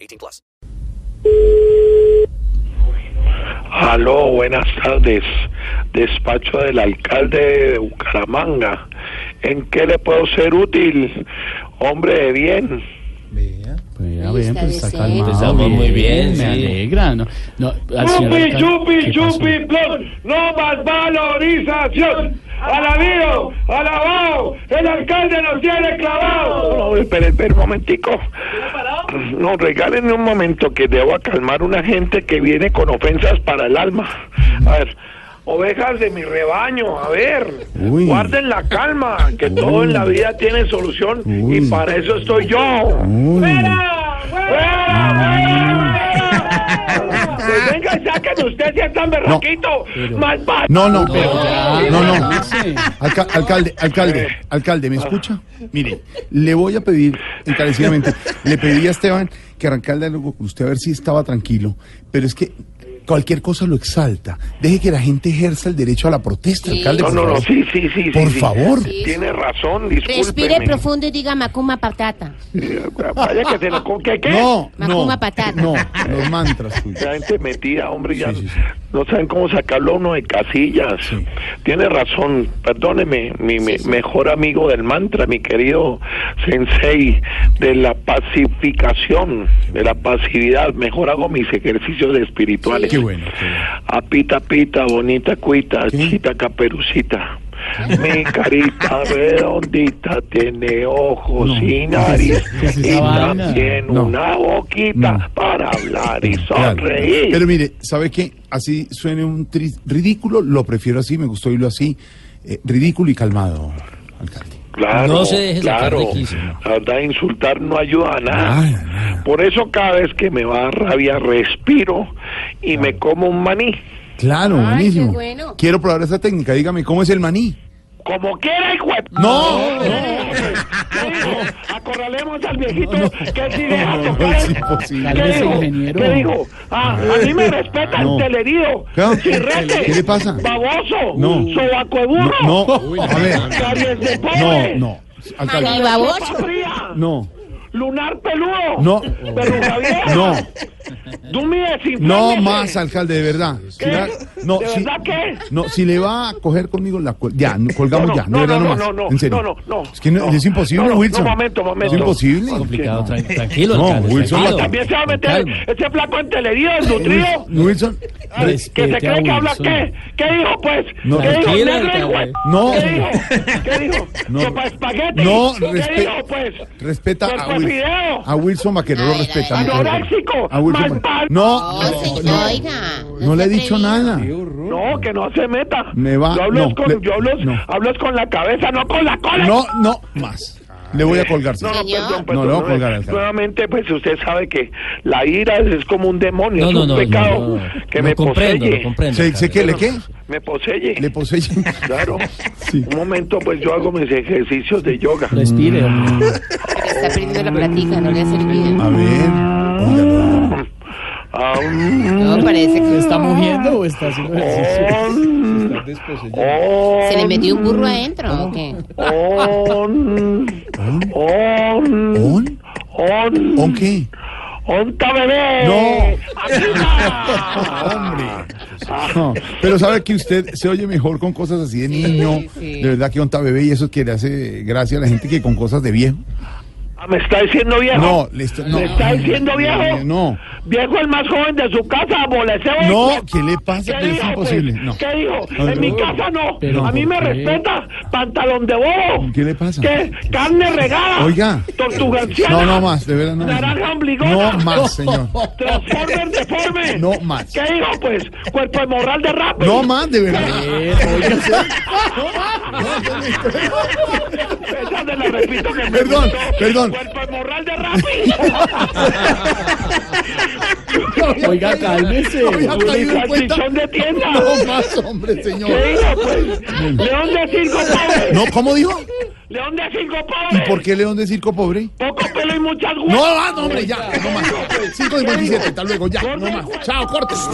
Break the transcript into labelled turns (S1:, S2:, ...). S1: 18 plus.
S2: Aló, buenas tardes. Despacho del alcalde de Bucaramanga. ¿En qué le puedo ser útil? Hombre de bien.
S3: Pues ya ven,
S4: está
S3: pues está
S4: de
S3: calmado.
S4: serio.
S5: Empezamos muy bien,
S3: me
S5: sí.
S3: alegra. No, no, al señor
S6: Chupi,
S3: alcalde,
S6: chupi,
S3: ¿qué pasó?
S6: chupi, plon. No más valorización. Alabío, alabado. El alcalde nos tiene clavado.
S2: No, espera, espera un momentico. No, regálenme un momento que debo acalmar una gente que viene con ofensas para el alma. A ver, ovejas de mi rebaño, a ver,
S3: Uy.
S2: guarden la calma, que todo en la vida tiene solución y
S3: Uy.
S2: para eso estoy yo.
S3: Uy,
S2: Pues venga, y saquen usted si es tan berraquito. Más va-
S7: No, no,
S3: ya,
S7: no, no.
S3: no sé.
S7: Alca- alcalde, alcalde, alcalde, ¿me escucha? Mire, le voy a pedir, encarecidamente, le pedí a Esteban que arrancara el diálogo con usted a ver si estaba tranquilo, pero es que cualquier cosa lo exalta. Deje que la gente ejerza el derecho a la protesta, alcalde.
S2: No,
S7: por
S2: no, no,
S7: favor.
S2: sí, sí, sí. sí,
S7: Por
S2: sí.
S7: favor.
S2: Tiene razón, discúlpeme.
S4: Respire profundo y diga macumba patata.
S2: Vaya que se lo... con- ¿Qué, qué?
S7: No,
S4: Macumba
S7: no,
S4: patata.
S7: no, los mantras suyos.
S2: La gente metida, hombre, ya
S7: Sí, sí, sí.
S2: no saben cómo sacarlo uno de casillas. Tiene razón, perdóneme, mi me- mejor amigo del mantra, mi querido sensei, de la pacificación, de la pasividad. Mejor hago mis ejercicios espirituales.
S7: Qué bueno, qué bueno.
S2: Apita, pita, bonita, cuita,
S7: ¿Qué?
S2: chita, caperucita. Mi carita redondita tiene ojos y nariz
S3: ¿Qué es esa
S2: y
S3: vaina?
S2: también
S7: No.
S2: una boquita
S7: No.
S2: para hablar y
S7: Claro.
S2: sonreír.
S7: Pero mire, ¿sabe qué? Así suene un tri- ridículo, lo prefiero así, me gustó oírlo así, eh, ridículo y calmado, alcalde.
S2: Claro,
S5: No se deje sacar
S2: claro.
S5: de quicio, no.
S2: La verdad, insultar no ayuda a nada.
S7: Nada, nada.
S2: Por eso cada vez que me va a dar rabia respiro y me como un maní.
S7: Claro,
S4: Ay,
S7: buenísimo.
S4: qué bueno.
S7: Quiero probar esa técnica. Dígame, ¿cómo es el maní?
S2: Como quiera, hijo de-
S7: No,
S2: No, ¿qué dijo? Acorralemos al viejito que si deja
S7: no,
S2: tocar
S7: es
S2: el-
S7: imposible.
S2: ¿Qué
S3: Tal vez
S2: dijo?
S3: ingeniero.
S2: ¿Qué dijo? Ah, a mí me respeta
S7: No.
S2: el telerido.
S7: Claro.
S2: Chirrete.
S7: ¿Qué le pasa?
S2: Baboso.
S7: No.
S2: Sobaco de burro.
S7: No, no, a ver.
S2: Caries de
S7: No,
S2: pobre.
S7: no.
S4: Ay,
S7: Alcalde.
S4: baboso.
S2: Sopa fría.
S7: No,
S2: Lunar peludo.
S7: no,
S2: Peluca vieja.
S7: no,
S2: Tú me desinflómese.
S7: no más, alcalde, de verdad. Si
S2: ¿Qué?
S7: la- no,
S2: ¿De
S7: si,
S2: verdad qué?
S7: no, si le va a coger conmigo la cuel- Ya, no, colgamos
S2: No, no,
S7: ya, no,
S2: no,
S7: era
S2: no,
S7: nomás.
S2: no, no,
S7: en
S2: no,
S7: serio.
S2: no, no.
S7: Es que no-
S2: No,
S7: es imposible,
S2: no, no,
S7: Wilson.
S2: no, momento, momento.
S7: Es imposible.
S5: Complicado,
S2: Sí, no.
S5: tran- tranquilo,
S7: No,
S5: alcalde,
S7: Wilson,
S5: tranquilo.
S2: También se va a
S5: Con
S2: meter
S5: calma.
S2: ese flaco entelerido, desnutrido.
S7: Wilson,
S2: Ay, que se
S5: Respete a
S2: cree que habla
S5: Wilson.
S2: qué. ¿Qué dijo, pues?
S7: No,
S2: ¿Qué dijo?
S5: tranquila,
S2: ¿Negro, hijo de-
S7: No.
S2: ¿Qué dijo? ¿Qué dijo?
S7: No.
S2: ¿Sopa espagueti?
S7: No,
S2: ¿Qué
S7: respe-
S2: dijo, pues?
S7: respeta
S2: Pues,
S7: a,
S2: pues,
S7: Wil-
S2: video.
S7: a Wilson Vaquero, lo
S4: Ay,
S7: respeta.
S4: ay,
S7: mi
S4: ay.
S7: alcalde.
S2: Anoréxico,
S7: A Wilson
S2: mal
S7: Vaquero.
S2: pal-
S7: No,
S4: No,
S7: no,
S4: señor,
S7: no,
S4: oiga.
S7: no le he
S4: sea
S7: dicho
S4: atrevido.
S7: nada.
S2: No, que no se meta.
S7: Me va-
S2: Yo hablo
S7: no,
S2: con,
S7: le-
S2: yo hablo,
S7: no.
S2: hablo con la cabeza, no con la cola.
S7: No, no, más. Le voy a colgar.
S2: No, no,
S7: señor.
S4: Señor.
S2: perdón,
S7: No,
S2: perdón,
S7: le voy a
S2: no,
S7: colgar,
S2: eh,
S7: alcalde.
S2: Nuevamente, pues usted sabe que la ira es, es como un demonio,
S5: No,
S2: es
S5: no,
S2: un
S5: no,
S2: pecado
S5: no, no.
S2: que
S5: Lo
S2: me
S5: comprendo,
S2: posee.
S5: lo comprendo.
S7: ¿Se, se qué, le qué?
S2: Me posee.
S7: Le posee.
S2: Claro.
S7: Sí.
S2: Un momento, pues yo hago mis ejercicios de yoga.
S5: Respire, hombre.
S4: Pero está perdiendo la platica, no le ha
S3: Ah.
S4: servido.
S7: A ver. oiga, no.
S2: Ah, mm,
S4: No, parece que
S3: ¿Está mugiendo o está haciendo ejercicio?
S2: on,
S4: se le
S2: on,
S4: metió un burro adentro. ¿o qué?
S2: on, on,
S7: ¿On?
S2: on,
S7: ¿On qué?
S2: onta bebé.
S7: No.
S2: Aquí está.
S7: No, pero sabe que usted se oye mejor con cosas así de niño,
S4: sí.
S7: de verdad que onta bebé y eso es que le hace gracia a la gente que con cosas de viejo.
S2: Ah, ¿Me está diciendo viejo?
S7: No, le está, no.
S2: ¿Me está diciendo viejo?
S7: No,
S2: Viejo el más joven de su casa, aboleseo.
S7: no, ¿qué le
S2: ¿Qué
S7: pasa? Que es
S2: dijo, pues?
S7: imposible. No.
S2: ¿Qué dijo?
S7: No,
S2: en mi
S7: no.
S2: casa no.
S7: Pero,
S2: a mí me
S3: ¿por qué?
S2: respeta. Pantalón de bobo.
S7: ¿Qué le pasa?
S2: ¿Qué? Carne regada.
S7: Oiga.
S2: Tortuga anciana.
S7: No, no más, de verdad no.
S2: Naranja
S7: No
S2: ombligona.
S7: más, señor.
S2: Transformer deforme.
S7: No más.
S2: ¿Qué dijo, pues? Cuerpo de morral de rap.
S7: No más, de verdad.
S2: Esa te la repito que me
S7: Perdón,
S2: gustó.
S7: perdón.
S2: Cuerpo hemorral de Rappi.
S3: Oiga, cálmese.
S7: Había caído en cuenta.
S2: Salchichón de tienda.
S7: No más, hombre,
S2: ¿Qué
S7: señor.
S2: digo, pues? León de circo pobre.
S7: No, ¿cómo dijo?
S2: León de circo
S7: ¿Y
S2: pobre.
S7: por qué León de Circo Pobre?
S2: Poco pelo y muchas huevas.
S7: No, ah, no, hombre, ya, no más. 5 de 27, hasta luego, ya, no más. Chao, cortes.